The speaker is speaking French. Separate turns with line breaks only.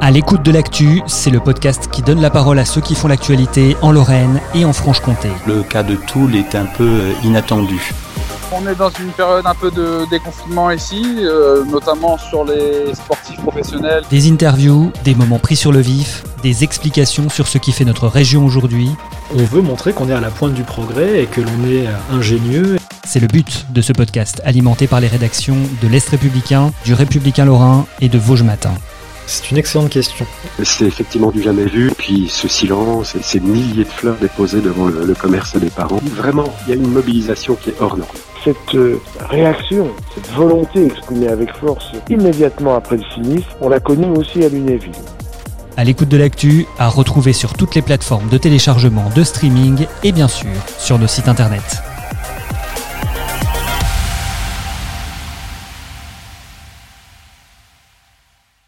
À l'écoute de l'actu, c'est le podcast qui donne la parole à ceux qui font l'actualité en Lorraine et en Franche-Comté.
Le cas de Toul est un peu euh, inattendu.
On est dans une période un peu de déconfinement ici, euh, notamment sur les sportifs professionnels.
Des interviews, des moments pris sur le vif, des explications sur ce qui fait notre région aujourd'hui.
On veut montrer qu'on est à la pointe du progrès et que l'on est euh, ingénieux.
C'est le but de ce podcast, alimenté par les rédactions de l'Est républicain, du Républicain lorrain et de Vosges Matin.
C'est une excellente question.
C'est effectivement du jamais vu, puis ce silence et ces milliers de fleurs déposées devant le, le commerce des parents. Vraiment, il y a une mobilisation qui est hors norme.
Cette euh, réaction, cette volonté exprimée avec force immédiatement après le sinistre, on l'a connue aussi à Lunéville.
À l'écoute de l'actu, à retrouver sur toutes les plateformes de téléchargement, de streaming et bien sûr sur nos sites internet.